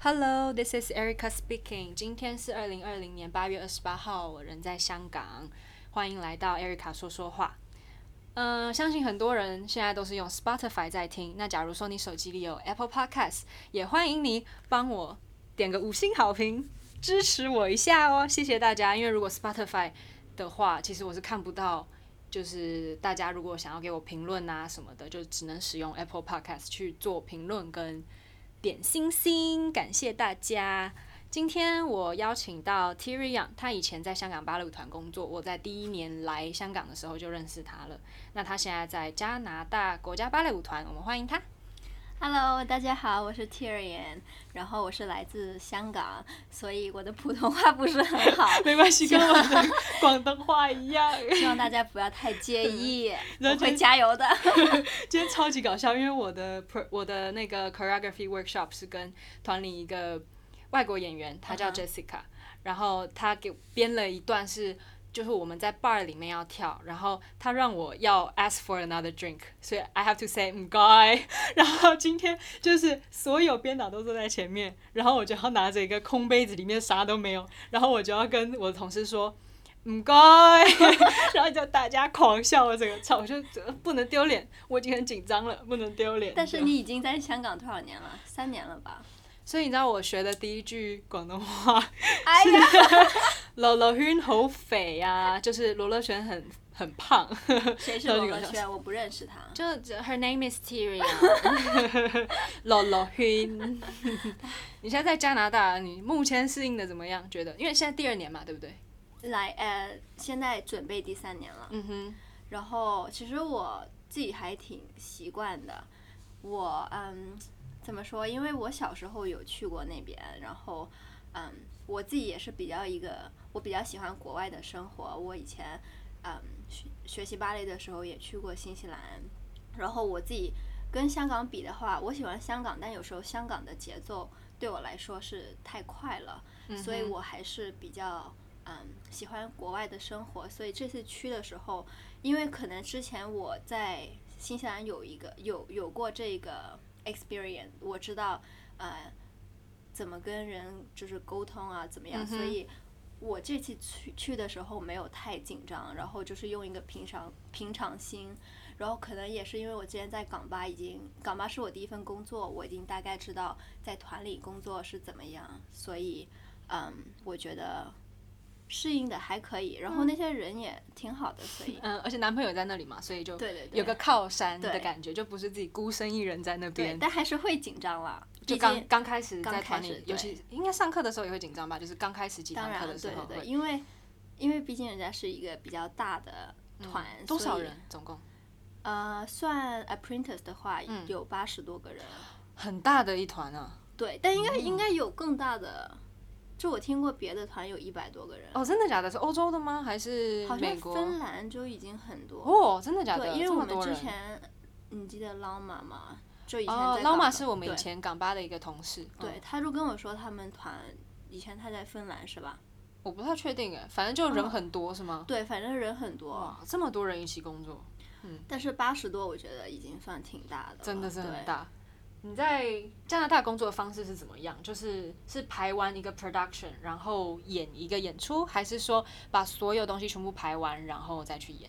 Hello, this is Erica speaking. 今天是二零二零年八月二十八号，我人在香港，欢迎来到 Erica 说说话。嗯、相信很多人现在都是用 Spotify 在听。那假如说你手机里有 Apple Podcast，也欢迎你帮我点个五星好评，支持我一下哦，谢谢大家。因为如果 Spotify 的话，其实我是看不到，就是大家如果想要给我评论啊什么的，就只能使用 Apple Podcast 去做评论跟点星星，感谢大家。今天我邀请到 Terry Young，他以前在香港芭蕾舞团工作，我在第一年来香港的时候就认识他了。那他现在在加拿大国家芭蕾舞团，我们欢迎他。，Hello，大家好，我是 Tyrian，然后我是来自香港，所以我的普通话不是很好没关系，跟我的广东话一样。希望大家不要太介意，然后我就会加油的。 今天超级搞笑，因为我的 pro- 我的那个 choreography workshop 是跟团里一个外国演员，她叫嗯哼 Jessica，、然后她给编了一段是。就是我们在 bar 里面要跳，然后她让我要 ask for another drink，所以 I have to say 唔该。 然后今天就是所有编导都坐在前面，然后我就要拿着一个空杯子，里面啥都没有，然后我就要跟我的同事说唔该， 然后就大家狂笑，我整个操，我就呃不能丢脸，我已经很紧张了，不能丢脸。但是你已经在香港多少年了？三年了吧？所以你知道我学的第一句广东话，哎呀，罗罗圈好肥啊，就是罗罗圈很很胖，谁是到罗底搞罗笑圈？我不认识他。就就 her name is Tyrion，罗 罗圈。你现在在加拿大，你目前适应的怎么样？觉得？因为现在第二年嘛，对不对？来，呃，现在准备第三年了。嗯哼，然后其实我自己还挺习惯的，我嗯怎么说？因为我小时候有去过那边，然后嗯我自己也是比较一个，我比较喜欢国外的生活。我以前嗯学学习芭蕾的时候也去过新西兰，然后我自己跟香港比的话，我喜欢香港，但有时候香港的节奏对我来说是太快了，所以嗯哼我还是比较嗯喜欢国外的生活。所以这次去的时候，因为可能之前我在新西兰有一个有有过这个 experience，我知道呃怎么跟人就是沟通啊，怎么样，嗯哼所以。我这次去去的时候没有太紧张，然后就是用一个平常平常心，然后可能也是因为我之前在港巴已经，港巴是我第一份工作，我已经大概知道在团里工作是怎么样，所以嗯，我觉得适应的还可以，然后那些人也挺好的，所以 嗯，而且男朋友也在那里嘛，所以就对对对有个靠山的对感觉，就不是自己孤身一人在那对边，。但还是会紧张啦，就毕刚竟刚开始刚在团开始里，尤其应该上课的时候也会紧张吧，就是刚开始几当堂然课对的时候对对，会。因为因为毕竟人家是一个比较大的团，嗯多少所以人？总共？呃，算 apprentice 的话，嗯哦有八十多个人。很大的一团啊！对，但应该、应该有更大的，就我听过别的团有一百多个人，哦，真的假的？是欧洲的吗？还是好像美国？芬兰就已经很多。哦，真的假的？对，因为这我么们多之人。前，你记得 Lama 吗？就以前哦在港，Lama 的是我们以对前港巴的一个同事。嗯对，，他就跟我说他们团以前他在芬兰是吧？我不太确定哎，反正就人很多是吗？对，反正人嗯很多，哇，这么多人一起工作，但是八十多我觉得已经算挺大的了，嗯真的是对很。大。你在加拿大工作的方式是怎么样？就是是排完一个 production，然后演一个演出，还是说把所有东西全部排完，然后再去演？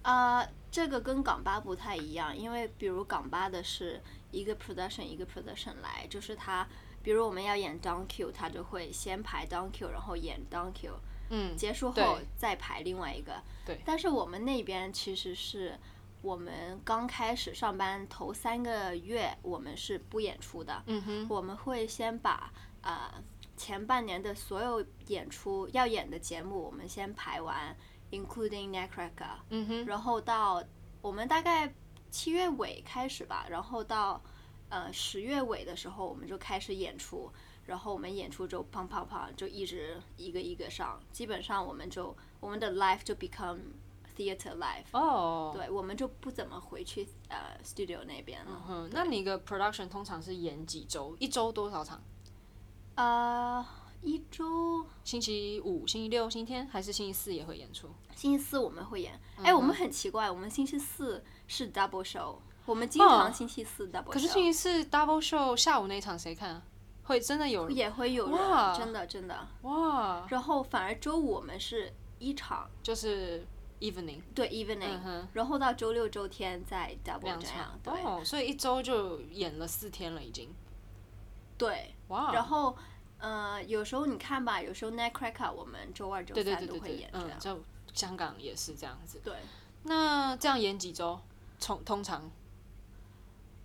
啊，这个跟港巴不太一样，因为比如港巴的是一个 production 一个 production 来，就是他，比如我们要演 down Q，他就会先排 down Q，然后演 down Q，嗯，结束后对再排另外一个。对但是我们那边其实是我们刚开始上班头三个月，我们是不演出的，嗯哼，我们会先把呃前半年的所有演出要演的节目，我们先排完，including Nutcracker。嗯哼，然后到我们大概七月尾开始吧，然后到呃十月尾的时候，我们就开始演出，然后我们演出就砰砰砰就一直一个一个上，基本上我们就我们的 life 就 become theater life，、哦，对，我们就不怎么回去呃 studio 那边了，嗯，那你一个 production 通常是演几周？一周多少场？呃一周星期五、星期六、星期天还是星期四也会演出？星期四我们会演，嗯哎，我们很奇怪，我们星期四是 double show，我们经常哦星期四 double show，、可是星期四 double show 下午那一场谁看啊？会真的有人也会有哇人，真的真的。哇，然后反而周五我们是一场，就是 evening 对 evening，、嗯哼然后到周六周天再 double 两这样场，对、哦，所以一周就演了四天了已经，对。哇，然后呃，有时候你看吧，有时候 Nightcracker 我们周二周对对三对都对会对演，这嗯，样，就香港也是这样子。对。那这样演几周？从通常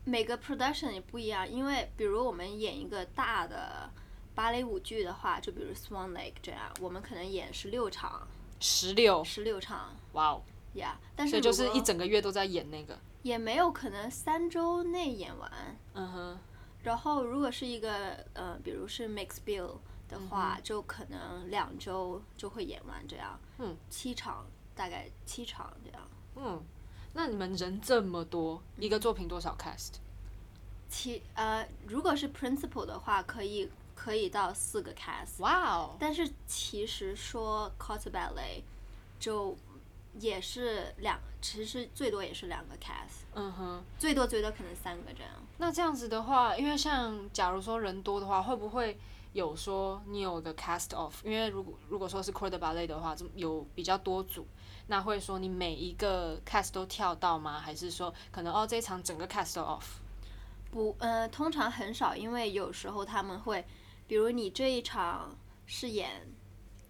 每个 production 也不一样，因为比如我们演一个大的芭蕾舞剧的话，就比如 Swan Lake 这样，我们可能演十六场，十六，十六场哇哦，呀。Yeah, 但所是以就如是果一整个月都在演那个，也没有可能三周内演完。嗯哼，然后如果是一个呃，比如是 mix bill 的话，就可能两周就会演完这样。嗯，七场大概七场这样，嗯，那你们人这么多，一个作品多少 cast？七呃，如果是 principal 的话，可以可以到四个 cast。哇哦，但是其实说 c o t ballet 就也是两，其实最多也是两个 cast，嗯哼，最多最多可能三个这样。那这样子的话，因为像假如说人多的话，会不会有说你有个 cast off？因为如果如果说是 c o r d e ballet 的话，这有比较多组，那会说你每一个 cast 都跳到吗？还是说可能哦这一场整个 cast 都 off？不，呃，通常很少，因为有时候他们会，比如你这一场是演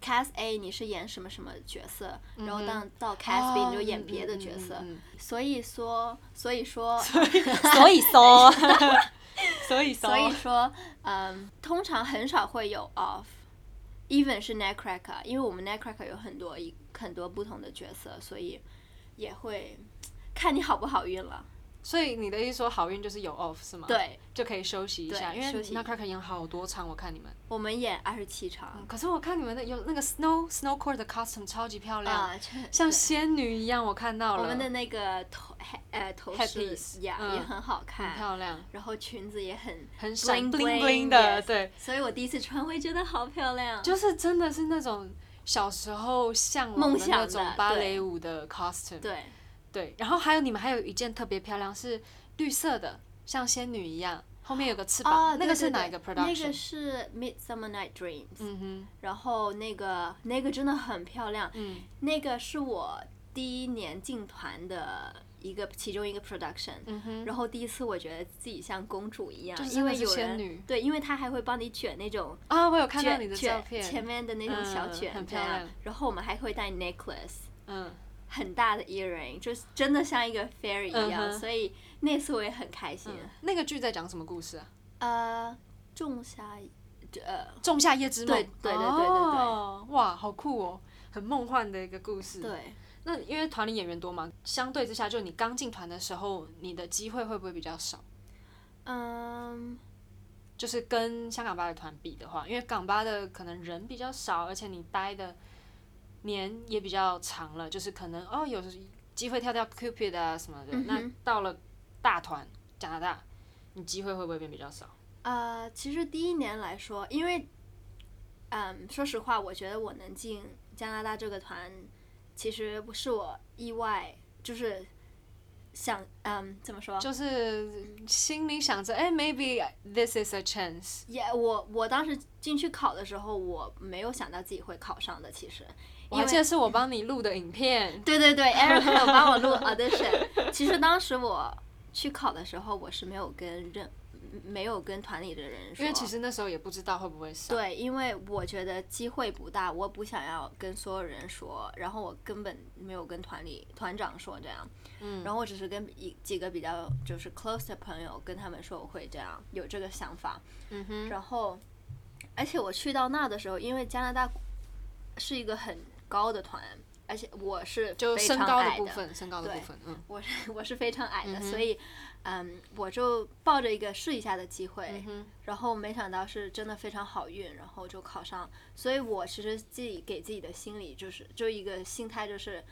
cast A，你是演什么什么角色，然后到到 cast B 嗯哦你就演嗯别的嗯角嗯色。嗯所以说，所 以说，所以 说，所以说，所以说，嗯，通常很少会有 off，even 是 Nightcracker，因为我们 Nightcracker 有很多一很多不同的角色，所以也会看你好不好运了。所以你的意思说好运就是有 off 是吗？，对，就可以休息一下，对因休为息那 crack 演好多场，我看你们。我们演二十七场可是我看你们的有那个 snow snow core 的 costume 超级漂亮，啊，这嗯像对仙女一样，我看到了，我们的那个头呃头嗯 Headpiece，饰呀也嗯很好很看，漂亮，然后裙子也很，很闪 Bling bling bling，的， yes 对，所以我第一次穿会觉得好漂亮。就是真的是那种小时候向往梦的那想的种芭蕾舞的 costume，对，对，然后还有你们还有一件特别漂亮，是绿色的，像仙女一样，后面有个翅膀，哦，那对个对是哪对一个那个 production？是 Midsummer Night Dreams，嗯哼，然后那个那个真的很漂亮，嗯，那个是我第一年进团的一个其中一个 production，、嗯哼，然后第一次我觉得自己像公主一样，就是因真的为是有仙人女对，因为他还会帮你卷那种啊，我有看到卷你的照卷片，前面的那种小嗯卷，很这漂样亮然后我们还会戴 necklace。嗯，很大的 earring，就是真的像一个 fairy 一样嗯哼嗯所以那次我也很开心。那个剧在讲什么故事啊？呃，仲夏，呃，仲夏夜之梦，对对对对对对哦哇，好酷哦，很梦幻的一个故事。，对，那因为团里演员多嘛，相对之下，就你刚进团的时候，你的机会会不会比较少？嗯，就是跟香港吧的团比的话，因为港吧的可能人比较少，而且你待的年也比较长了，就是可能哦有机会跳跳 Cupid 啊什么的。嗯哼那到了大团加拿大，你机会会不会变比较少？呃，其实第一年来说，因为，嗯，说实话，我觉得我能进加拿大这个团，其实不是我意外，就是想，嗯，怎么说？就是心里想着，哎，maybe this is a chance。也、我我当时进去考的时候，我没有想到自己会考上的，其实，我还因为记得是我帮你录的影片，对对对，Eric 有帮我 录 audition。其实当时我去考的时候，我是没有跟任没有跟团里的人说，因为其实那时候也不知道会不会上。对，因为我觉得机会不大，我不想要跟所有人说，然后我根本没有跟团里团长说这样，嗯，然后我只是跟一几个比较就是 close 的朋友跟他们说我会这样，有这个想法，嗯哼，然后，而且我去到那的时候，因为加拿大是一个很高的团，而且我是就非身常高矮的部分，身高的对部分，嗯我是 我是非常矮的，嗯哼所以，嗯，我就抱着一个试一下的机会，嗯哼，然后没想到是真的非常好运，然后就考上。所以我其实自己给自己的心理就是，就一个心态就是，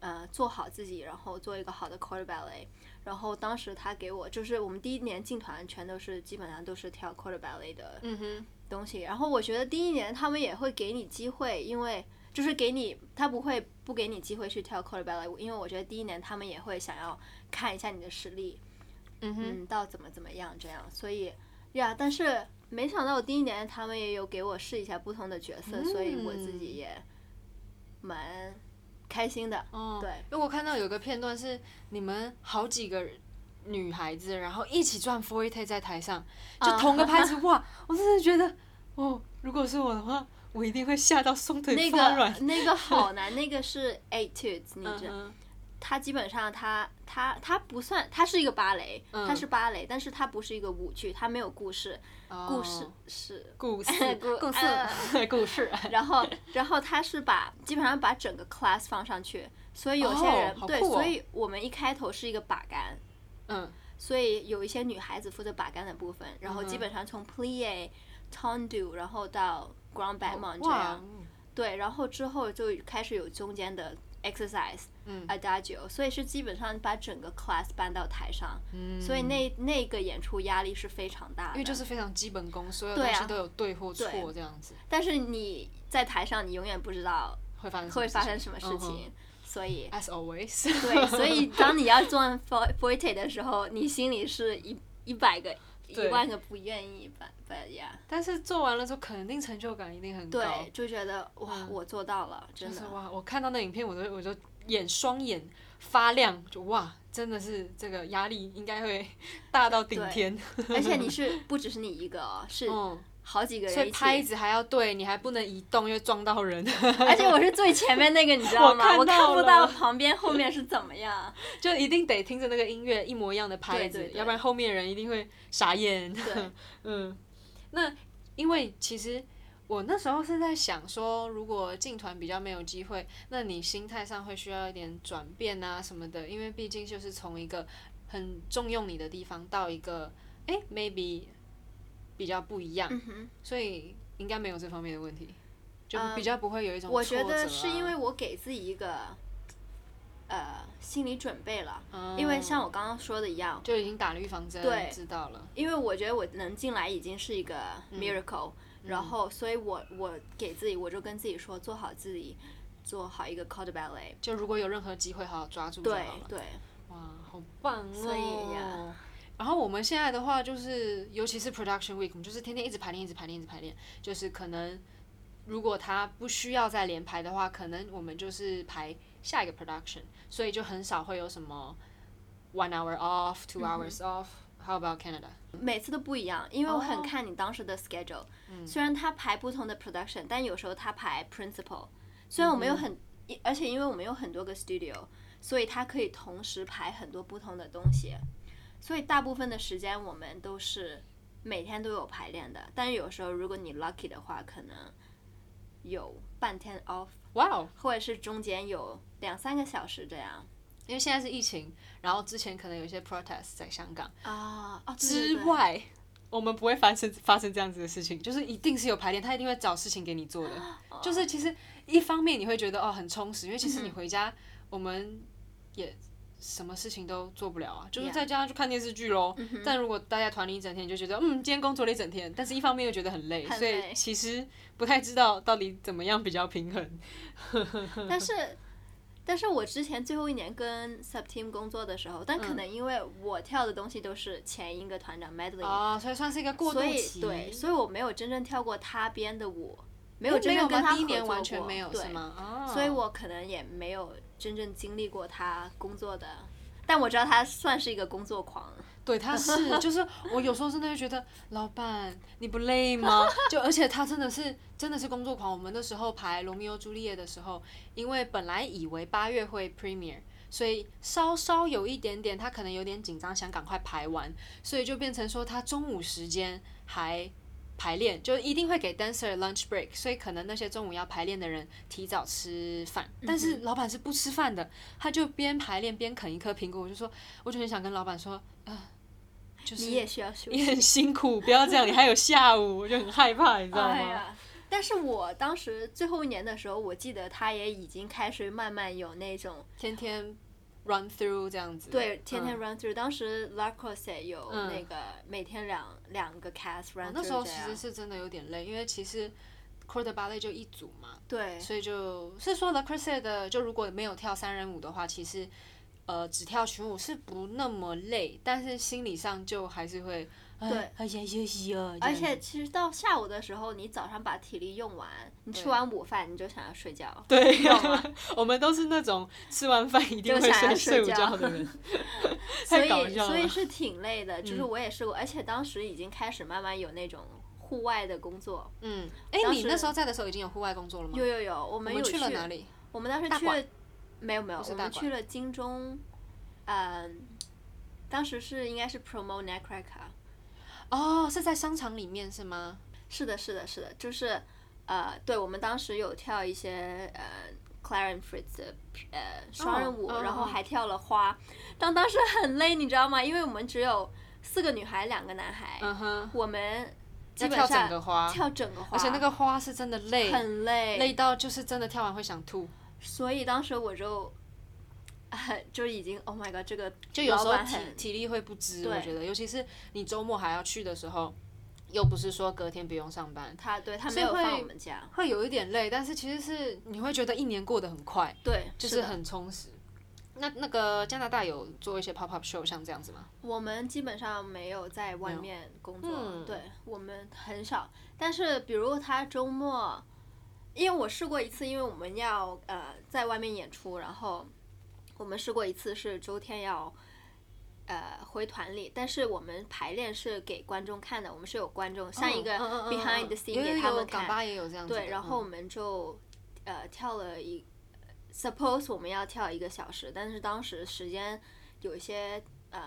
呃，做好自己，然后做一个好的 core ballet。然后当时他给我就是我们第一年进团全都是基本上都是跳 core ballet 的嗯哼，东西。然后我觉得第一年他们也会给你机会，因为就是给你，他不会不给你机会去跳 core ballet，舞因为我觉得第一年他们也会想要看一下你的实力，嗯哼，嗯，到怎么怎么样这样，所以呀但是没想到我第一年他们也有给我试一下不同的角色，所以我自嗯己也蛮开心的。哦，对，因为我看到有个片段是你们好几个女孩子，然后一起转 forte 在台上，就啊同个 拍子，哇！我真的觉得，哦，如果是我的话，我一定会吓到双腿那发软个。那个好难，那 个是 etudes，你知道。嗯它基本上它它它不算，它是一个芭蕾，嗯它是芭蕾，但是它不是一个舞剧，它没有故事，哼，故事哦是，故事哎故故事 呃故 事，然后然后它是把基本上把整个 class 放上去，所以有些哦人、好对，酷哦所以我们一开头是一个把杆，嗯所以有一些女孩子负责把杆的部分，然后嗯哼基本上从 plie、tendu，然后到 ground backmount 这哇样，，对，然后之后就开始有中间的 exercise。嗯 adagio，所以是基本上把整个 class 搬到台上，嗯，所以那那个演出压力是非常大的。因为就是非常基本功，所有东对西啊都有对或错对这样子，但是你在台上，你永远不知道会发生会发生什什么事情，所么以嗯哼哦 as always，对，所以当你要做 for- forte 的时候，你心里是一一百个、一对万个不愿意吧吧呀， 但是做完了之后，肯定成就感一定很高。对，就觉得哇，我做到了，真嗯就是的。哇，我看到那影片，我都我就眼双眼发亮，就哇，真的是这个压力应该会 大到顶天。 而且你是不只是你一个哦，是嗯，好几个所人以一起拍子还要对，你还不能移动，因为撞到人， 而且我是最前面那个，你知道吗？我我看到看了不到旁边后面是怎么样。就一定得听着那个音乐一模一样的拍子，对对对要不然后面人一定会傻眼。对， 嗯，那因为其实我那时候是在想说，如果进团比较没有机会，那你心态上会需要一点转变啊什么的，因为毕竟就是从一个很重用你的地方到一个哎、诶 maybe 比较不一样，嗯哼。所以应该没有这方面的问题，就嗯比较不会有一种、啊我觉得是因为。我给自己一个呃心理准备了，嗯因为像我刚刚说的一样，就已经打了预防针，对知道了。因为我觉得我能进来已经是一个 miracle，、然后所以我我给自己我就跟自己说做好自己，做好一个 c o d e ballet，就如果有任何机会，好好抓住就好对了。对，哇，好棒哦！所以呀然后我们现在的话，就是尤其是 production week，我们就是天天一直排练，一直排练，一直排练。就是可能如果他不需要再连排的话，可能我们就是排下一个 production，所以就很少会有什么 one hour off, 嗯 two hours off、How about Canada？每次都不一样，因为我很哦看你当时的 schedule，、虽然他排不同的 production，但有时候他排 principal，虽然我们有很，一而且因为我们有很多个 studio，所以它可以同时排很多不同的东西，所以大部分的时间我们都是每天都有排练的，但是有时候如果你 lucky 的话，可能有半天 off，哇哦！或者是中间有两三个小时这样因为现在是疫情，然后之前可能有一些 protest 在香港啊、哦，之外。我们不会发生发生这样子的事情，就是一定是有排练，他一定会找事情给你做的。就是其实一方面你会觉得哦很充实，因为其实你回家、我们也什么事情都做不了啊，就是在家就看电视剧喽。但如果待在团里一整天，你就觉得嗯今天工作了一整天，但是一方面又觉得很累，很所以累其实不太知道到底怎么样比较平衡。嗯但是，但是我之前最后一年跟 sub team 工作的时候，但嗯可能因为我跳的东西都是前一个团长 Madeline，、啊、所以算是一个过渡所以期。对，所以我没有真正跳过他编的舞，没没有真正跟吗？他第一年合作完全过没有对是吗？啊，所以我可能也没有真正经历过他工作的，但我知道他算是一个工作狂。对，他是，就是我有时候真的会觉得，老板你不累吗？就而且他真的是真的是工作狂。我们那时候排《罗密欧朱丽叶》的时候，因为本来以为八月会 premiere，所以稍稍有一点点，他可能有点紧张，想赶快排完，所以就变成说他中午时间还。排练就一定会给 dancer lunch break，所以可能那些中午要排练的人提早吃饭，但是老板是不吃饭的，他就边排练边啃一颗苹果。我就说，我就很想跟老板说，啊、就是你也需要休息你。很 辛苦，不要这样，你还有下午，我就很害怕，你知道哎吗？呀，但是我当时最后一年的时候，我记得他也已经开始慢慢有那种天天 run through 这样子，对，天天嗯 run through、当时 l a c o s e 有嗯那个每天两、两个 cast 哦 run 那时候 through 嗯这其样。实是真的有点累，因为其实 core 的芭蕾就一组嘛，对所以就是说 The Crusade 的，就如果没有跳三人舞的话，其实呃只跳群舞是不那么累，但是心理上就还是会哎对哎呀呀呀！而且其实到下午的时候，你早上把体力用完，你吃对完午饭你就想要睡觉。 对知道吗我们都是那种吃完饭一定就会想睡要睡午觉觉 的人，所太以搞笑所以了。是挺累的，就是嗯我也试过，而且当时已经开始慢慢有那种户外的工作，嗯，哎，当你那时时候在的时候已经有户外工作了吗？有有有，我们你有们去了哪里？我们当时大去馆了，没有没有，不是我大们馆去了京中，嗯，当时是应该是 promo Nutcracker，哦，是在商场里面是吗？是的，是的，是的，就是呃，对我们当时有跳一些呃 Clarence Fritz 的呃双人舞，哦然后哦还跳了花，但当时很累，你知道吗？因为我们只有四个女孩，两个男孩，嗯哼，我们基要本跳上整个花，跳整个花，而且那个花是真的累，很累，累到就是真的跳完会想吐。所以当时我就。 就已经，Oh my god，这个就有时候老板体很体力会不支，对我觉得，尤其是你周末还要去的时候，又不是说隔天不用上班，他对啊他是没有放会我们假，会有一点累，但是其实是你会觉得一年过得很快，对，就是是的很充实。那那个加拿大有做一些 pop up show 像这样子吗？我们基本上没有在外面工作，嗯对我们很少。但是比如他周末，因为我试过一次，因为我们要呃在外面演出，然后我们试过一次是周天要呃回团里，但是我们排练是给观众看的，我们是有观众像一个嗯嗯嗯嗯 behind the 嗯 scene 有有给他有们港看，巴也有这样子的。对，然后我嗯们就呃跳了一，suppose 我们要跳一个小时，但是当时时间有一些嗯、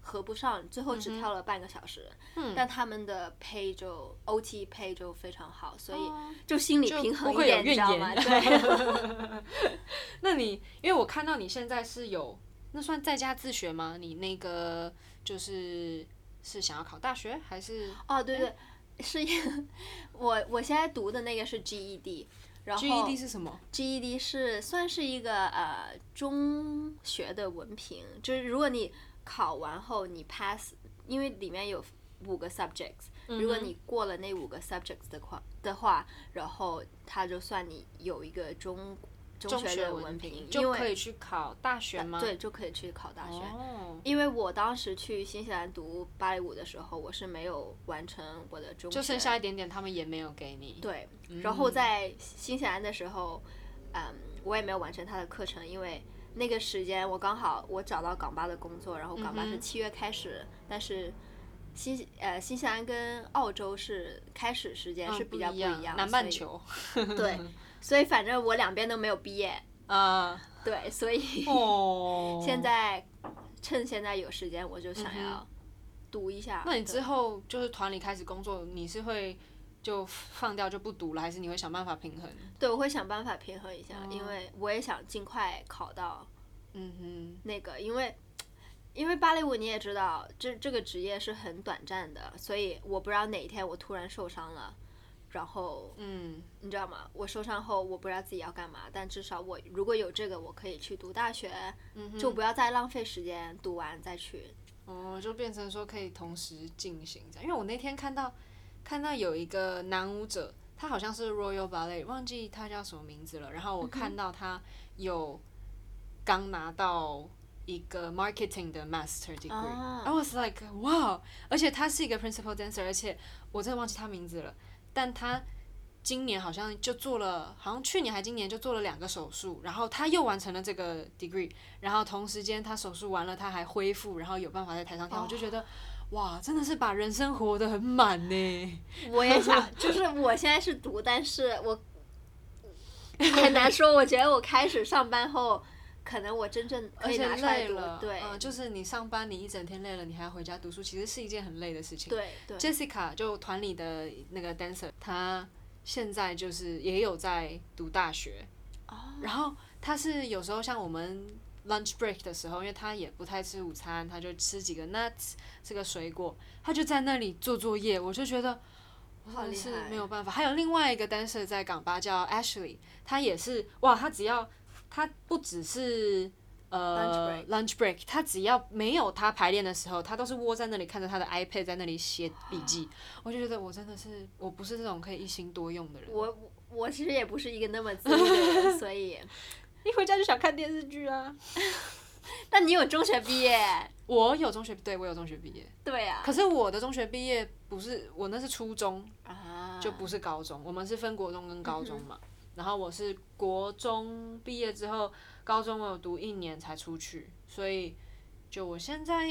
合不上，最后只跳了半个小时。嗯但他们的 pay 就 OT pay 就非常好，所以哦就心理就平衡不一会有点，怨你知道 吗？言。对， 那你因为我看到你现在是有那算在家自学吗？你那个就是是想要考大学还是哦对哎对，是 我我现在读的那个是 GED。然后 GED E 是什么？ GED E 是算是一个呃中学的文凭，就是如果你考完后你 pass，因为里面有五个 subjects，、如嗯果你过了那五个 subjects 的话的话，然后它就算你有一个中中中学学的文凭，因就可为呃以去考大学吗？对就可以去考大学。哦，因为我当时去新西兰读芭蕾舞的时候，我是没有完成我的中学，就剩下一点点，他们也没有给你。对，嗯，然后在新西兰的时候，嗯，我也没有完成他的课程，因为那个时间我刚好我找到港巴的工作，然后港巴嗯是哼七月开始，但是新西呃新西兰跟澳洲是开始时间嗯是比较不不一样南半， 球所以对，所以反正我两边都没有毕业，啊， 对，所以哦，现。 在趁现在有时间，我就想嗯哼要读一下。那你对之后就是团里开始工作，你是会就放掉就不读了，还是你会想办法平衡？对，我会想办法平衡一下，哦因为我也想尽快考到嗯那个，因为因为芭蕾舞你也知道，这这个职业是很短暂的，所以我不知道哪一天我突然受伤了，然后哼，嗯，你知道吗？我受伤后我不知道自己要干嘛，但至少我如果有这个，我可以去读大学，嗯就不要再浪费时间，读完再去。哦，就变成说可以同时进行这样。因为我那天看到看到有一个男舞者，他好像是 Royal Ballet，忘记他叫什么名字了。然后我看到他有刚拿到一个 marketing 的 master degree，、啊 I was like wow，而且他是一个 principal dancer，而且我真的忘记他名字了，但他。今年好像就做了，好像去年还今年就做了两个手术，然后他又完成了这个 degree，然后同时间他手术完了，他还恢复，然后有办法在台上跳，我就觉得哇，真的是把人生活得很满呢。 我也想，就是我现在是读，但是我 很难说。我觉得我开始上班后，可能我真正可而以且拿出来累读了，，对、嗯，就是你上班你一整天累了，你还要回家读书，其实是一件很累的事情。对对。 Jessica 就团里的那个 dancer，她现在就是也有在读大学，哦然后她是有时候像我们 lunch break 的时候，因为她也不太吃午餐，她就吃几个 nuts 这个水果，她就在那里做作业，我就觉得。我好真的厉是害没有办法。还有另外一个 dancer 在港巴叫 Ashley，她也是哇，她只要她不只是呃 lunch break，他只要没有他排练的时候，他都是窝在那里看着他的 iPad 在那里写笔记。我就觉得我真的是我不是这种可以一心多用的人。我我我其实也不是一个那么自律的 人，所以，一回家就想看电视剧啊，但你有中学毕业，我有中学，对我有中学毕业，对啊 呀、可是我的中学毕业不是我那是初中，啊，就不是高中，我们是分国中跟高中嘛。然后我是国中毕业之后，高中我有读一年才出去，所以就我现在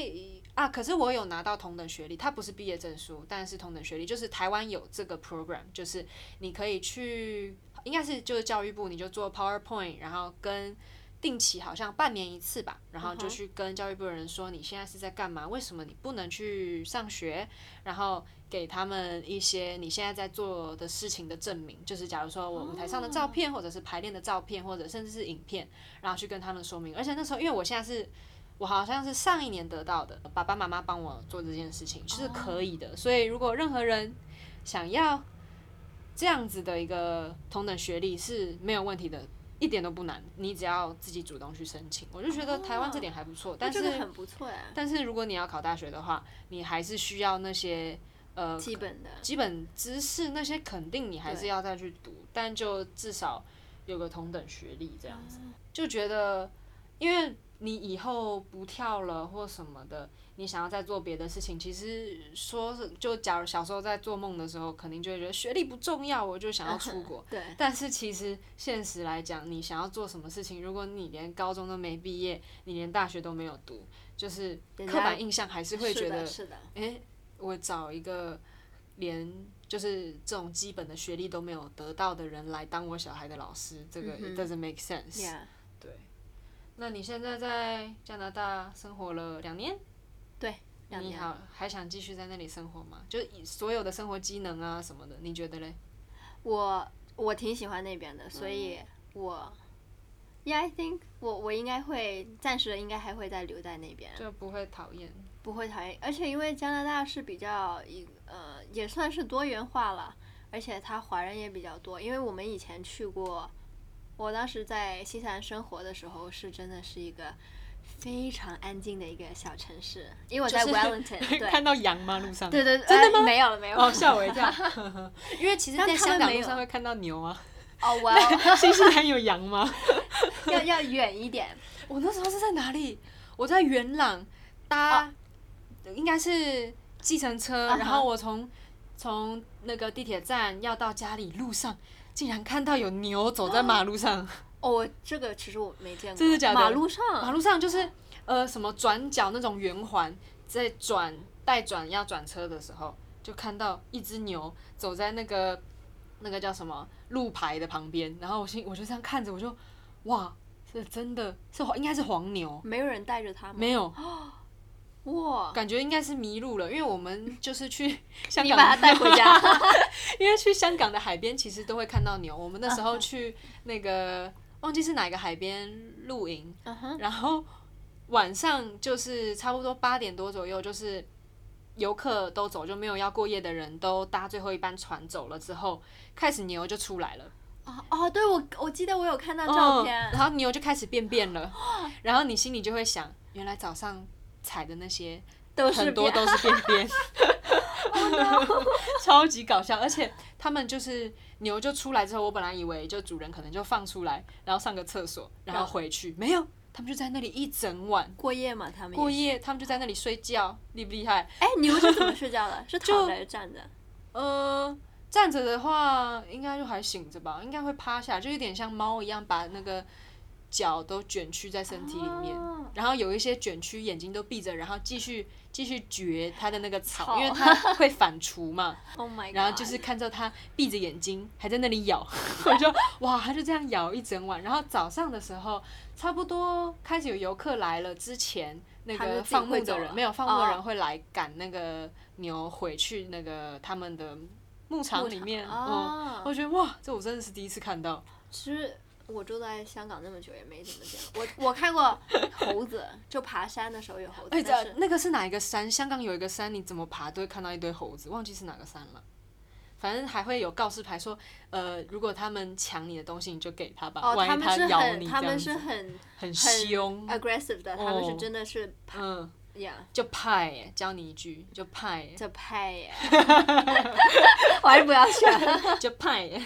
啊，可是我有拿到同等学历，它不是毕业证书，但是同等学历就是台湾有这个 program，就是你可以去，应该是就是教育部，你就做 PowerPoint，然后跟。定期好像半年一次吧，然后就去跟教育部的人说你现在是在干嘛？为什么你不能去上学？然后给他们一些你现在在做的事情的证明，就是假如说我舞台上的照片，或者是排练的照片，或者甚至是影片，然后去跟他们说明。而且那时候，因为我现在是。我好像是上一年得到的，爸爸妈妈帮我做这件事情是哦可以的，所以如果任何人想要这样子的一个同等学历是没有问题的，一点都不难，你只要自己主动去申请，我就觉得台湾这点还不错。但哦那是这个很不错呀、但是如果你要考大学的话，你还是需要那些呃基本的。基本知识，那些肯定你还是要再去读，但就至少有个同等学历这样子，啊就觉得因为你以后不跳了或什么的，你想要再做别的事情，其实说是就假如小时候在做梦的时候，肯定就会觉得学历不重要，我就想要出 国。对，但是其实现实来讲，你想要做什么事情，如果你连高中都没毕业，你连大学都没有读，就是人刻板家印象还是会觉得是的，是的诶，我找一个连就是这种基本的学历都没有得到的人来当我小孩的老师，这个嗯 it 哼 doesn't make sense、 ，Yeah，对，那你现在在加拿大生活了两年，对，两你年。好，还想继续在那里生活吗？就是以所有的生活机能啊什么的，你觉得嘞？我我挺喜欢那边的，所以嗯我，Yeah，I think 我我应该会暂时应该还会再留在那边，就不会讨 厌。不会讨厌。而且因为加拿大是比较一呃也算是多元化了，而且它华人也比较多。因为我们以前去过，我当时在新西兰生活的时候，是真的是一个。非常安静的一个小城市，因为我就在是 Wellington，、对看到羊吗？路上？对对， 真的吗？没有了，没有了。哦，吓我一跳， 因为其实但在他香们港没路有上会看到牛 啊。哦，我、well, 新西兰有羊吗？要要远一点，我那时候是在哪里？我在元朗搭，应该是计程车啊哈然后我从从那个地铁站要到家里路上，竟然看到有牛走在马路上，哦，这个其实我没见过，真的假的马路上，马路上就是呃什么转角那种圆环，在转带转要转车的时候，就看到一只牛走在那个那个叫什么路牌的旁边，然后我心我就这样看着，我就哇，是真的是黄应该是黄牛，没有人带着他吗？没有。哇，感觉应该是迷路了，因为我们就是去 香你港，把他带回，家， 因为去香港的海边其实都会看到牛。我们那时候去那 个忘记是哪个海边露营，嗯哼，然后晚上就是差不多八点多左右，就是游客都走，就没有要过夜的人都搭最后一班船走了之后，开始牛就出来了。哦哦，对我我记得我有看到照片，嗯然后牛就开始便便 了，然后你心里就会想，原来早上踩的那些都是很多别都是便 便， 超级搞笑。而且他们就是牛就出来之后，我本来以为就主人可能就放出来，然后上个厕所，然后回去，没有，他们就在那里一整晚过夜嘛，他们 也过。夜，他们就在那里睡觉，厉不厉害？哎，牛是怎么睡觉的？是躺着还是站着？呃，站着的话应该就还醒着吧，应该会趴下，就有点像猫一样把那个脚都卷曲在身体里面。哦然后有一些卷曲，眼睛都闭着，然后继续继续掘它的那个草，草因为它会反刍 嘛。 Oh my god！然后就是看到它闭着眼睛还在那里咬， 我就哇，它就这样咬一整晚。然后早上的时候，差不多开始有游客来了之前，那他们个自己放会牧的走人了没有放牧的哦人会来赶那个牛回去那个他们的牧场里面。嗯，啊，我觉得哇，这我真的是第一次看到。其实我住在香港那么久也没怎么见过，我我看过猴子，就爬山的时候有猴子，哎，但这是那个是哪一个山？香港有一个山，你怎么爬都会看到一堆猴子，忘记是哪个山了。反正还会有告示牌说，呃，如果他们抢你的东西，你就给他吧，哦，万他一们是咬很你，他这样们子是很很很凶， aggressive 的，他们哦是真的是嗯，呀。就派耶，教你一句，就派耶，这 派耶，我还是不要选。就派耶。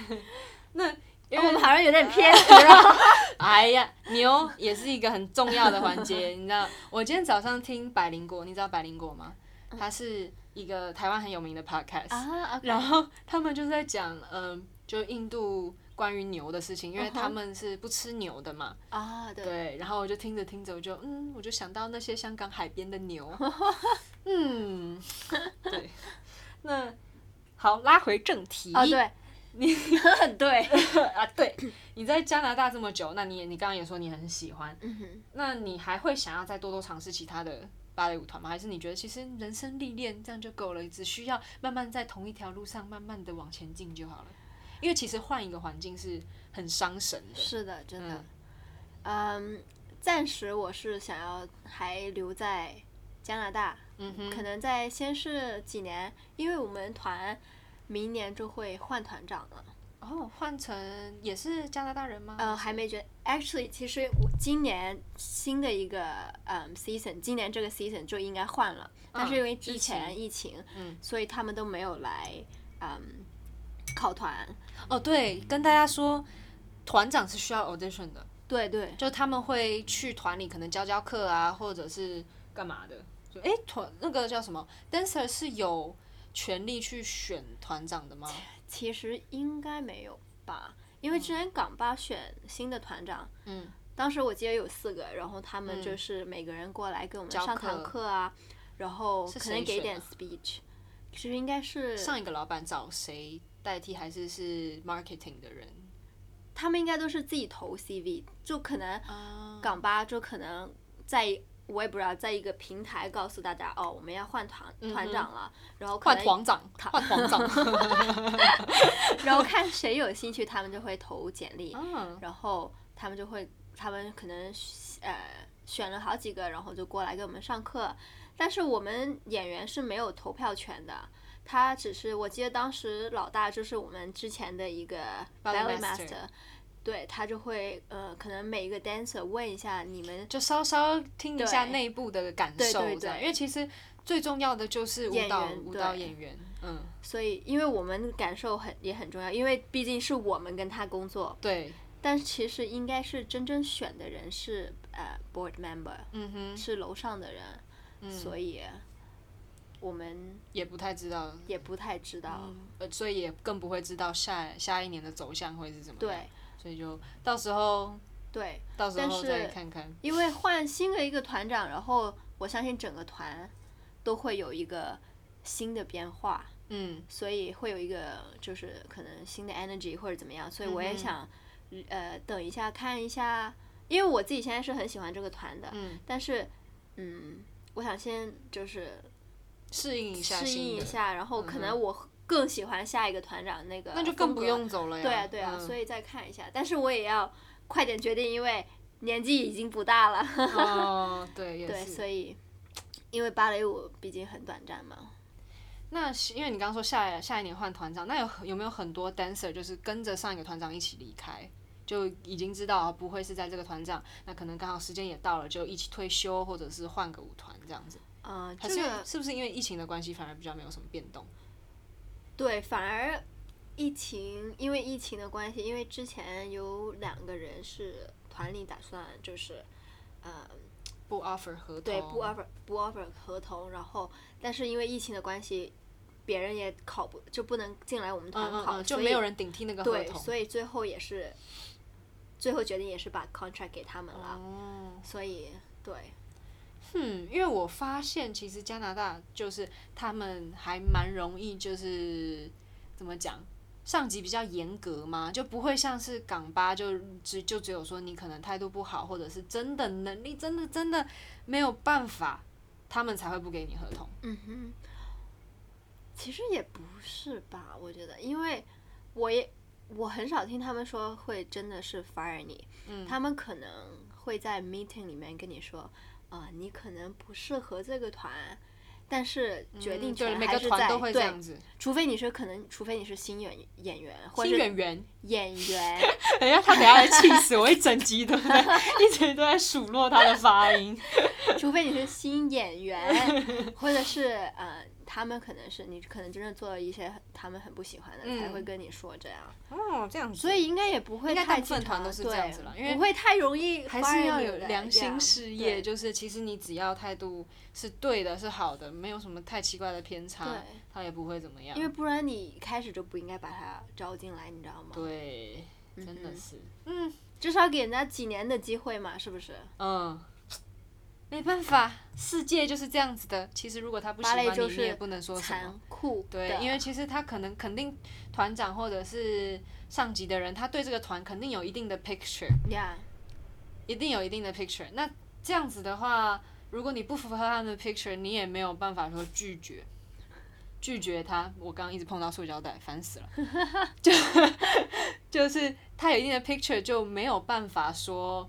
那因我为们好像有点 偏题了。哎呀，牛也是一个很重要的环节，你知道？我今天早上听百灵果，你知道百灵果吗？它是一个台湾很有名的 podcast，、啊然后他们就是在讲，嗯、就印度关于牛的事情，因为嗯哼他们是不吃牛的嘛。啊，对，对，然后我就听着听着，我就嗯，我就想到那些香港海边的 牛，嗯，对， 那好，拉回正题哦对，你很对，啊，对，你在加拿大这么久，那你也你刚刚也说你很喜欢，嗯哼那你还会想要再多多尝试其他的芭蕾舞团吗？还是你觉得其实人生历练这样就够了，只需要慢慢在同一条路上慢慢的往前进就好了？因为其实换一个环境是很伤神的，是的，真的，嗯，暂时我是想要还留在加拿大，嗯哼，可能在先是几年，因为我们团明年就会换团长了。哦，换成也是加拿大人吗？呃，还没觉，actually，其实我今年新的一个嗯 season，今年这个 season 就应该换了，但是因为哦之前疫情，嗯所以他们都没有来嗯考团。哦，对，跟大家说，团长是需要 audition 的，对对，就他们会去团里可能教教课啊，或者是干嘛的。就哎，团那个叫什么 dancer 是有权利去选团长的吗？其实应该没有吧，因为之前港巴选新的团长，嗯，当时我记得有四个，然后他们嗯就是每个人过来给我们教上堂课课啊，然后是可能谁给选点啊 speech，其实应该是上一个老板找谁代替，还是是 marketing 的人？他们应该都是自己投 CV，就可能啊，港巴就可能在。我也不知道，在一个平台告诉大家哦，我们要换团团长了，然后可嗯换能团长，换团 长。然 后看谁有兴趣，他们就会投简历，嗯，然后他们就会，他们可能呃选了好几个，然后就过来给我们上课。但是我们演员是没有投票权的，他只是我记得当时老大就是我们之前的一个 Ballet ballet master master，对他就会呃可能每一个 dancer 问一下你 们就稍稍听一下对内部的感对受，对这样，对因为其实最重要的就是舞演蹈员舞蹈对演员，嗯，所以，因为我们感受很也很重要，因为毕竟是我们跟他工作，对，但其实应该是真正选的人是呃 board member，嗯哼，嗯是楼上的人，所以我们也不太知道，也不太知道。呃，所以也更不会知道下下一年的走向会是怎么样，对所以就到时候对，到时但候是再看看，因为换新的一个团长，然后我相信整个团都会有一个新的变化，嗯，所以会有一个就是可能新的 energy 或者怎么样，所以我嗯也想，呃，等一下看一下，因为我自己现在是很喜欢这个团的，嗯但是，嗯，我想先就是适应一下适新应一的，嗯下，然后可能我更喜欢下一个团长那个，那就更不。用走了呀，嗯对啊，对啊，所以以再看一下，但是我也要快点决定，因为年纪已经不大了，哦，对， 也对，是所以因为芭蕾舞毕竟很短暂嘛，那是因为你刚刚说下下一年换团长，那有有没有很多 dancer 就是跟着上一个团长一起离开，就已经知道哦不会是在这个团长，那可能刚好时间也到了，就一起退休或者是换个舞团这样子。嗯、还这是因为、个是不是因为疫情的关系，反而比较没有什么变动？对，反而疫情，因为疫情的关系，因为之前有两个人是团里打算就是，呃，不 offer 合同，对，不 offer 不 offer 合同，然后但是因为疫情的关系，别人也考不就不能进来我们嗯团嗯嗯，考，就所没以有人顶替那个合对，同。所以最后也是，最后决定也是把 contract 给他们了，哦，所以对，嗯，因为我发现其实加拿大就是他们还蛮容易，就是怎么讲，上级比较严格嘛，就不会像是港巴就只就只有说你可能态度不好，或者是真的能力真的真的没有办法，他们才会不给你合同。嗯哼，其实也不是吧，我觉得，因为我也我很少听他们说会真的是 fire 你，嗯他们可能会在 meeting 里面跟你说，啊、你可能不适合这个团。但是决定嗯对权每还个是团在、都会这样对，子，除非你是可能，除非你是新演演员或新者演员，演员，等一下他等一下来气死我，一整集都在 一直都在数落他的发音。 除非你是新演员，或者是呃他们可能是你可能真的做了一些很他们很不喜欢的，才会嗯跟你说这样。哦，这样子，所以应该也不会应该大太部分经常团都是这样子对啦因为不会太容易 fire 你的，还是要有良呀心事业，对就是其实你只要态度是对的、是好的，没有什么太奇怪的偏差对，他也不会怎么样因。为不然你一开始就不应该把他招进来，你知道吗？对，真的嗯哼是，至少给人家几年的机会嘛，是不是？嗯，没办法，世界就是这样子的。其实如果他不喜芭欢蕾就你，你是也不能说什么残。酷的，对，因为其实他可能肯定团长或者是上级的人，他对这个团肯定有一定的 picture，呀一定有一定的 picture。那这样子的话，如果你不符合他们的 picture，你也没有办法说拒绝。拒绝他，我刚刚一直碰到塑胶袋，烦死了。 就就是他有一定的 picture，就没有办法说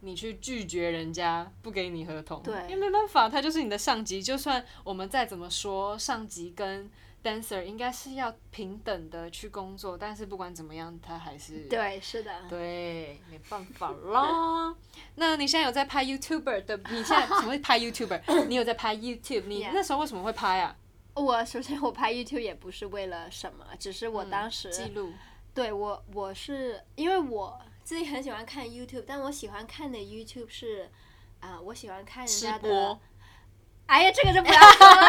你去拒绝人家不给你合同，对因为没办法，他就是你的上级。就算我们再怎么说，上级跟 dancer 应该是要平等的去工作，但是不管怎么样，他还是对，是的，对，没办法啦。 那你现在有在拍 YouTuber 的？你现在什么会拍 YouTuber？你有在拍 YouTube？你 Yeah 那时候为什么会拍啊？我首先我拍 YouTube 也不是为了什么，只是我当时、嗯记录。对我我是因为我自己很喜欢看 YouTube，但我喜欢看的 YouTube 是啊、我喜欢看人吃家的播。，哎呀，这个就不要说了。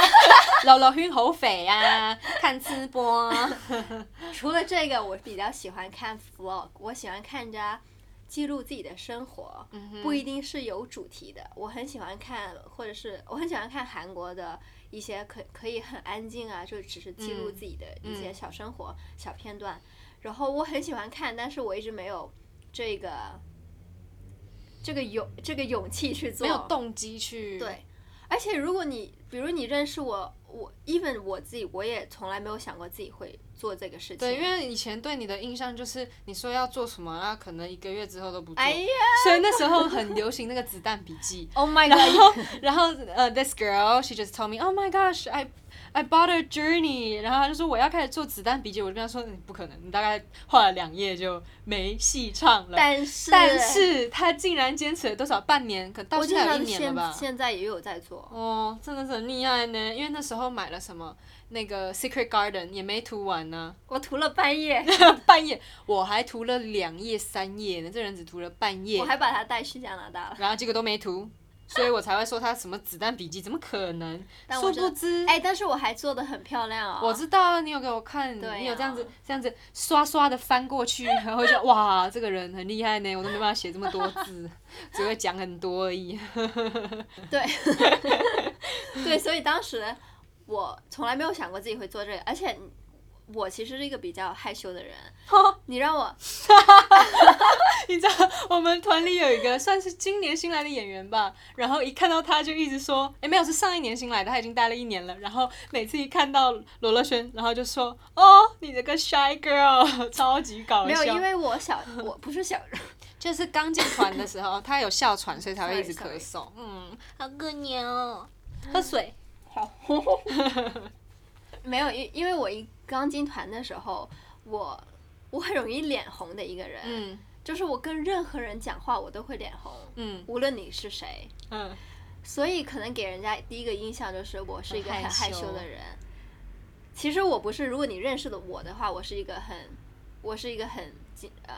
老老晕好肥啊， 看吃播。啊 除了这个，我比较喜欢看 vlog，我喜欢看人家记录自己的生活，嗯不一定是有主题的。我很喜欢看，或者是我很喜欢看韩国的一些可可以很安静啊，就只是记录嗯自己的一些小生活、小片段。然后我很喜欢看，但是我一直没有这个这个勇这个勇气去做，没有动机去。对，而且如果你，比如你认识我，我 even 我自己，我也从来没有想过自己会做这个事情。对， 因为以前对你的印象就是你说要做什么，啊，可能一个月之后都不做。哎呀所以那时候很流行那个子弹笔记。 ，Oh my 然 god！后， 然后，呃、t h i s girl she just told me, oh my gosh, I I bought a journey。然后她就说我要开始做子弹笔记，我就跟她说你不可能，你大概画了两页就没戏唱了。但是但是她竟然坚持了多少？半年，可到我现经在有常一年了现吧？现在也有在做，哦，真的是很厉害呢。因为那时候买了什么那个 Secret Garden 也没涂完呢、 我涂了半夜，半夜我还涂了两页三页呢，这人只涂了半页我，还把它带去加拿 大了。然后结果都没涂。所以我才会说他什么子弹笔记，怎么可能？ 但殊我真不知，哎，但是我还做的很漂亮哦。我知道啊，你有给我看，对啊你有这样子这样子刷刷的翻过去，然后就哇，这个人很厉害呢，我都没办法写这么多字，只会讲很多而已。 对，对，所以当时我从来没有想过自己会做这个，而且我其实是一个比较害羞 的人，你让我你知道我们团里有一个算是今年新来的演员吧，然后一看到他就一直说，哎，没有，是上一年新来的，他已经待了一年了。然后每次一看到罗乐轩，然后就说，哦，你这个 shy girl，超 级搞笑。没有，因为 我小，我不是小， 就是刚进团的时候，他有哮喘，所以才会一直 Sorry，咳嗽。嗯，好可怜哦。喝水。 好，没有，因因为我一刚进团的时候，我我很容易脸红的一个人，嗯就是我跟任何人讲话我都会脸红，嗯无论你是谁，嗯，所以可能给人家第一个印象就是我是一个很很害害羞羞的人。其实我不是，如果你认识的我的话，我是一个很，我是一个很紧呃，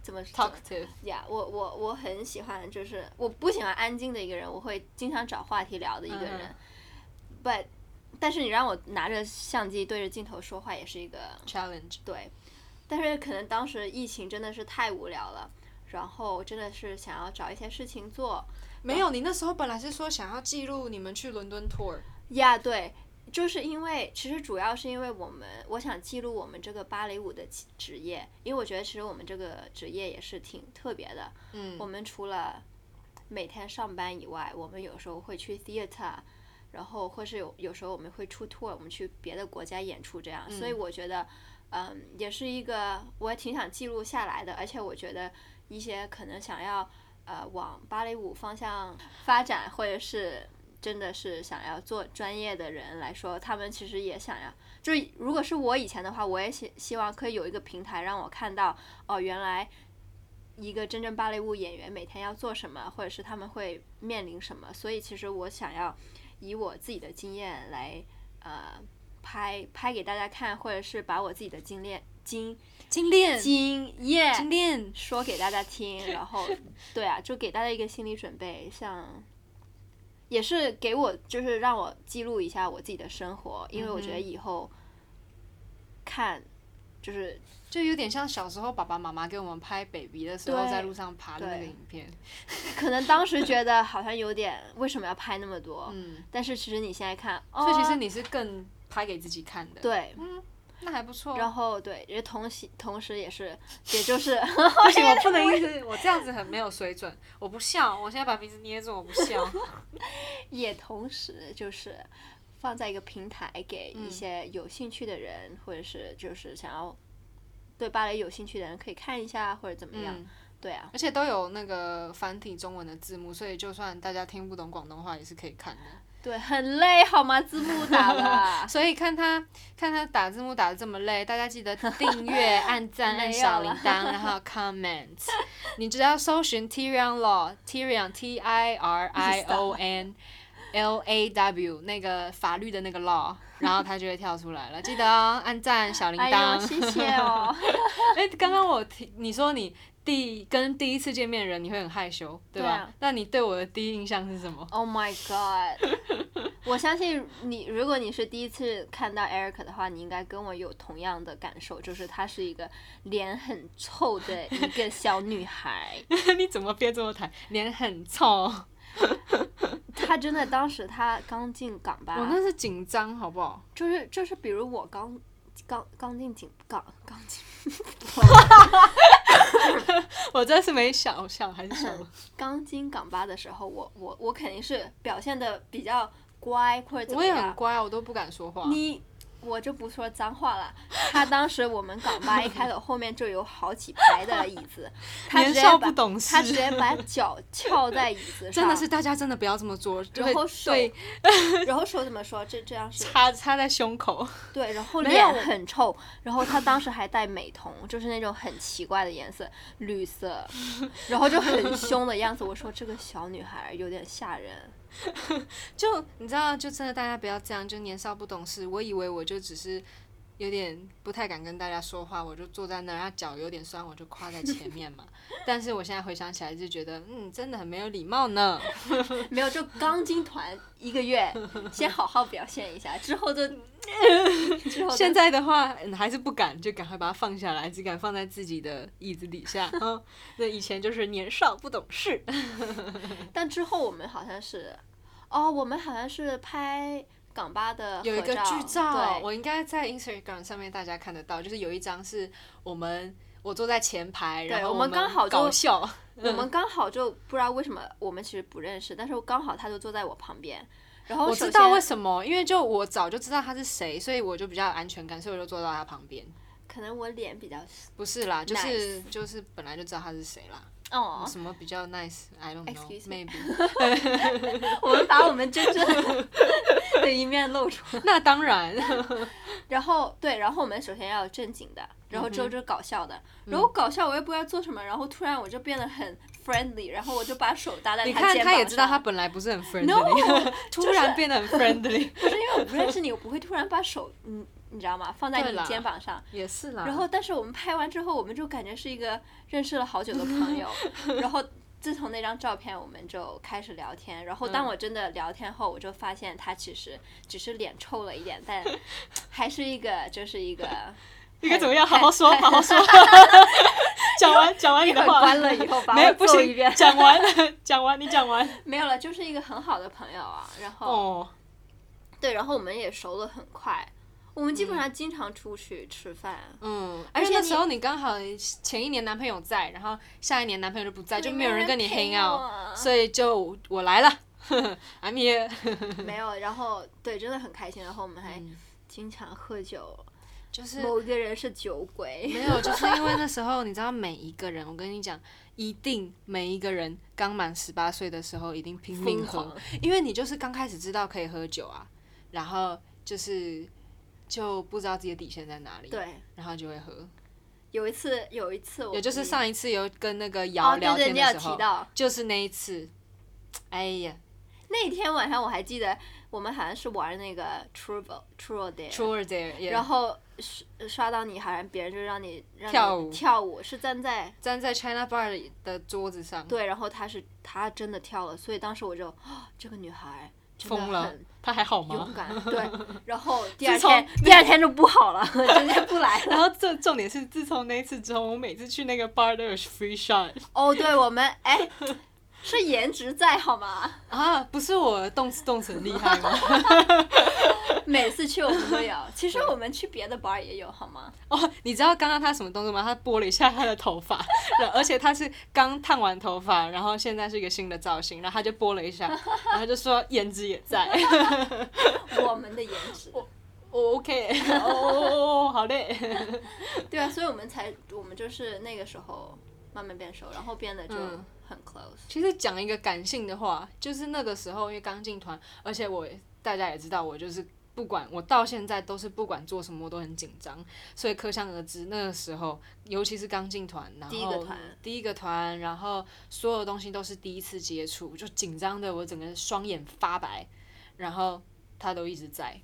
怎么说？ talkative。呀、我我我很喜欢，就是我不喜欢安静的一个人，我会经常找话题聊的一个人嗯。 But，但是你让我拿着相机对着镜头说话，也是一个 challenge。对。但是可能当时疫情真的是太无聊了，然后真的是想要找一些事情做。没有，你那时候本来是说想要记录你们去伦敦 tour。呀、对，就是因为其实主要是因为我们，我想记录我们这个芭蕾舞的职职业，因为我觉得其实我们这个职业也是挺特别的。嗯我们除了每天上班以外，我们有时候会去 theater，然后或是有有时候我们会出 tour，我们去别的国家演出这样。所以我觉得，嗯，也是一个我也挺想记录下来的，而且我觉得一些可能想要呃往芭蕾舞方向发展，或者是。真的是想要做专业的人来说，他们其实也想要，就是如果是我以前的话，我也希希望可以有一个平台让我看到，哦，原来一个真正芭蕾舞演员每天要做什么，或者是他们会面临什么。所以其实我想要以我自己的经验来呃拍拍给大家看，或者是把我自己的经验经精炼，经验精炼，说给大家听，然后对啊，就给大家一个心理准备，像也是给我就是让我记录一下我自己的生活，因为我觉得嗯哼以后看就是就有点像小时候爸爸妈妈给我们拍 baby 的时候对在路上爬的那个对影片。可能当时觉得好像有点为什么要拍那么多，嗯，但是其实你现在看，哦所以其实你是更拍给自己看的。，对，那还不 错。然后对，也同时同时也是， 也就是不行，我不能一直我这样子很没有水准，我不笑，我现在把鼻子捏住，我不笑。也同时就是放在一个平台给一嗯些有兴趣的人，或者是就是想要对芭蕾有兴趣的人可以看一下或者怎么样，嗯，对啊，而且都有那个繁体中文的字幕，所以就算大家听不懂广东话也是可以看的。。对，很累好吗？字幕打 了所以看他看他打字幕打的这么累，大家记得订 阅、按赞、没有按小铃了铛，然后 comment。你只要搜寻 Tyrion Law，Tyrion T I R I O N L A W 那个法律的那个 law，然后它就会跳出来了。记得哦，按赞、小铃铛。哎呦，谢谢哦！ 哎，刚刚我提你说你第跟第一次见面的人你会很害羞，对吧？对啊那你对我的第一印象是什么？ Oh my god！我相信你，如果你是第一次看到 Eric 的话，你应该跟我有同样的感受，就是她是一个脸很臭的一个小 女孩。 你怎么变这么抬？脸很臭，她真的当时她刚进港吧， 我那是紧张，好不好？就是就是，比如我刚刚刚进警港刚进 我真是没小笑还是什么？刚进港吧的时候，我我我肯定是表现的比较乖或者怎 我么也样。很乖啊，我都不敢说话。你我就不说脏话了。他当时我们港吧一开口，后面就有好几排的椅 子，他直年接少把不懂事他，直接把脚翘在椅子 上，真的是大家真的不要这么做，就会然后手对然后手怎么说？这这样是插插在胸口。对，然后没有脸很臭，然后他当时还戴美瞳，就是那种很奇怪的颜色，绿色，然后就很凶的样子。我说这个小女孩有点吓人，就你知道，就真的大家不要这样，就年少不懂事。我以为我就只是有点不太敢跟大家说话，我就坐在那儿，然后脚有点酸，我就跨在前面嘛。但是我现在回想起来，就觉得嗯，真的很没有礼貌 呢。没有，就刚进团一 个月，先好好表现一下，之后就之后就现在的话，嗯，还是不敢，就赶快把它放下来，只敢放在自己的椅子底下。 嗯，那以前就是年少不懂事。但之后我们好像是，哦，我们好像是拍港吧的有一合个剧照，对，我应该在 Instagram 上面大家看得到，就是有一张是我们我坐在前排，对然后我们刚好就搞笑。我嗯们刚好就不知道为什么我们其实不认识，但是我刚好他就坐在我旁边，然后我哦首知道先为什么，因为就我早就知道他是谁，所以我就比较有安全感，所以我就坐到他旁边。可能我脸比较不是啦，就是就是本来就知道他是谁啦。 哦，什么比较 nice？I don't Excuse me know，maybe。我们把我们真正的一面露出来。 那当然，然后对，然后我们首先要有正经的，然后之后就是搞笑的。嗯如果搞笑，我也不知道做什么，然后突然我就变得很 friendly，然后我就把手搭在你他看肩膀上。他也知道他本来不是很 friendly，突然变得很 friendly，不是因为我不认识你，我不会突然把手，嗯，你知道吗？放在对你啦肩膀上。也是啦。然后，但是我们拍完之后，我们就感觉是一个认识了好久的 朋友。然后，自从那张照片，我们就开始聊天。然后，嗯当我真的聊天后，我就发现他其实只是脸臭了一点，但还是一个，就 是一个应该该怎怎么么样样？好好好好说说，好好好好 说。讲完讲完你的话，关了以后把哎 没有我不揍一行遍，。讲完讲完你讲 完。没有了，就是一个很好的朋友啊。然后，哦，对，然后我们也熟了很快。我们基本上经常出去吃饭，嗯，而而且且那你时候你刚好前一年男朋友在，然后下一年男朋友就不在，就没有人跟你没有人 hang 陪 out，我啊所以就我来 了，I'm here。没有，然后对，真的很开心。然后我们还嗯经常喝酒，就是某一个人是酒鬼，没有，就是因为那时候你知道，每一个人，我跟你讲，一定每一个人刚满十八岁的时候，一定拼命疯喝狂，因为你就是刚开始知道可以喝酒啊，然后就是就不知道自己的底线在哪里，， 对，然后就会喝。有一次，有一次我也就是你上一次有跟那个哦，瑶对聊对，天你有的时提候，到，就是那一次，哎呀。那天晚上我还记得，我们好像是玩那个 True True d a t r u e Dare，也然后刷刷到你，好像别人就让你让你跳舞跳舞是站在站在 China Bar 的桌子上，对，然后他是他真的跳了，所以当时我就，哦、这个女孩真的疯了很。他还好勇吗？敢，对， 然后第二自从 天第二天就不好了，直接不来了。然后这重点是，自从那一次之后，我每次去那个 bar 都有 free shot 哦，对我们哎，是颜值在好吗？啊，不是我动词动词很厉害吗？每次去我们都有，其实我们去别的 bar 也有好吗？ 哦，你知道刚刚他什么动作吗？他拨了一下他的头发，然后而且他是刚烫完头发，然后现在是一个新的造型，然后他就拨了一下，然后就说颜值也在， 我们的颜值，我 OK，哦哦哦，好嘞，对啊，所以我们才我们就是那个时候慢慢变熟，然后变得就嗯很 close。其实讲一个感性的话，就是那个时候因为刚进团，而且我大家也知道，我就是不管我到现在都是不管做什么我都很紧张，所以可想而知那个时候，尤其是刚进团，然后第一个团第一个团，然后所有东西都是第一次接触，就紧张的我整个双眼发白，然后他都一直在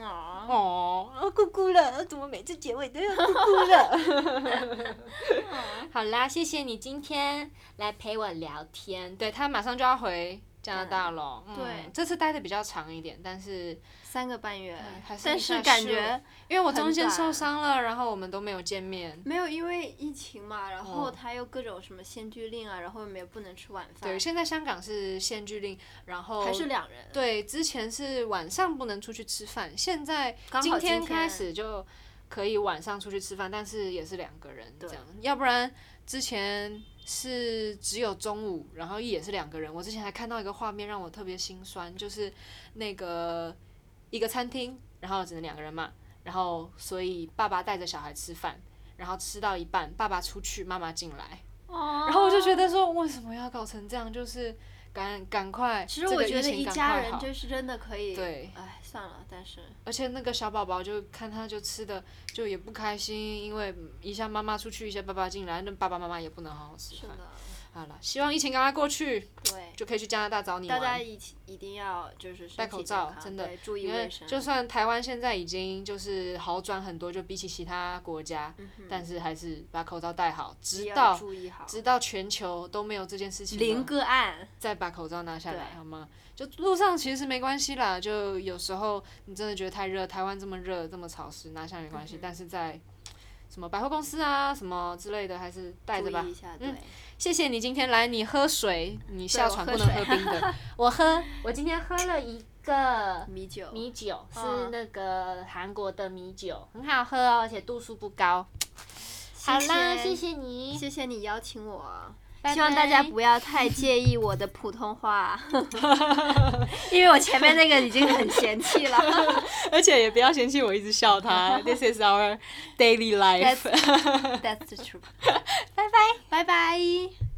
啊、哦，啊姑姑了，怎么每次结尾都有姑姑了？ 好啦，谢谢你今天来陪我聊天。对他马上就要回加拿大了，嗯对这次待的比较长一点，但是。三个半月哎还是，但一是下感失觉因为我中间很短受伤了，然后我们都没有见面。没有因为疫情嘛，然后哦他又各种什么限聚令啊，然后又没有不能吃晚饭对，，现在香港是限聚令，然后还是两人。对之前是晚上不能出去吃饭，现在刚好今天天开始就可以晚上出去吃饭，但是也是两个人这对样，要不然之前是只有中午，然后也是两个人。我之前还看到一个画面让我特别心酸，就是那个一个餐厅，然后只能两个人嘛，然后所以爸爸带着小孩吃饭，然后吃到一半，爸爸出去，妈妈进来，哦然后我就觉，得说为什么要搞成这样，就是。赶赶快！其实这我个疫觉得情一赶家快人好就是真的可以。对哎，算了，但是而且那个小宝宝就看他就吃的就也不开心，因为一下妈妈出去，一下爸爸进来，那爸爸妈妈也不能好好吃是饭。的，好了，希望疫情赶快过去，对，就可以去加拿大找你大家玩。一起一定要就是身戴体口健罩康真的对注意因卫为生。就算台湾现在已经就是好转很多，就比起其他国家，嗯哼但是还是把口罩戴好，一定直要到注意好直到全球都没有这件事情了零个案，再把口罩拿下来对好吗？就路上其实没关系啦，就有时候你真的觉得太热，台湾这么热这么潮湿，拿下来没关系。嗯哼但是在什么百货公司啊什么之类的，还是带着吧注意。一下，对嗯，谢谢你今天来，你喝水，你哮喘对不我喝能喝水冰 的。我喝，我今天喝了一个米酒，米酒，是嗯那个韩国的米酒，很好喝哦，而且度数不高。好啦，谢谢你，谢谢你邀请我，拜希望大家拜不要太介意我的普通话， 因为我前面那个已经很嫌弃 了。 而且也不要嫌弃我一直笑他。This is our daily life。 That's that's the truth。拜拜，拜拜。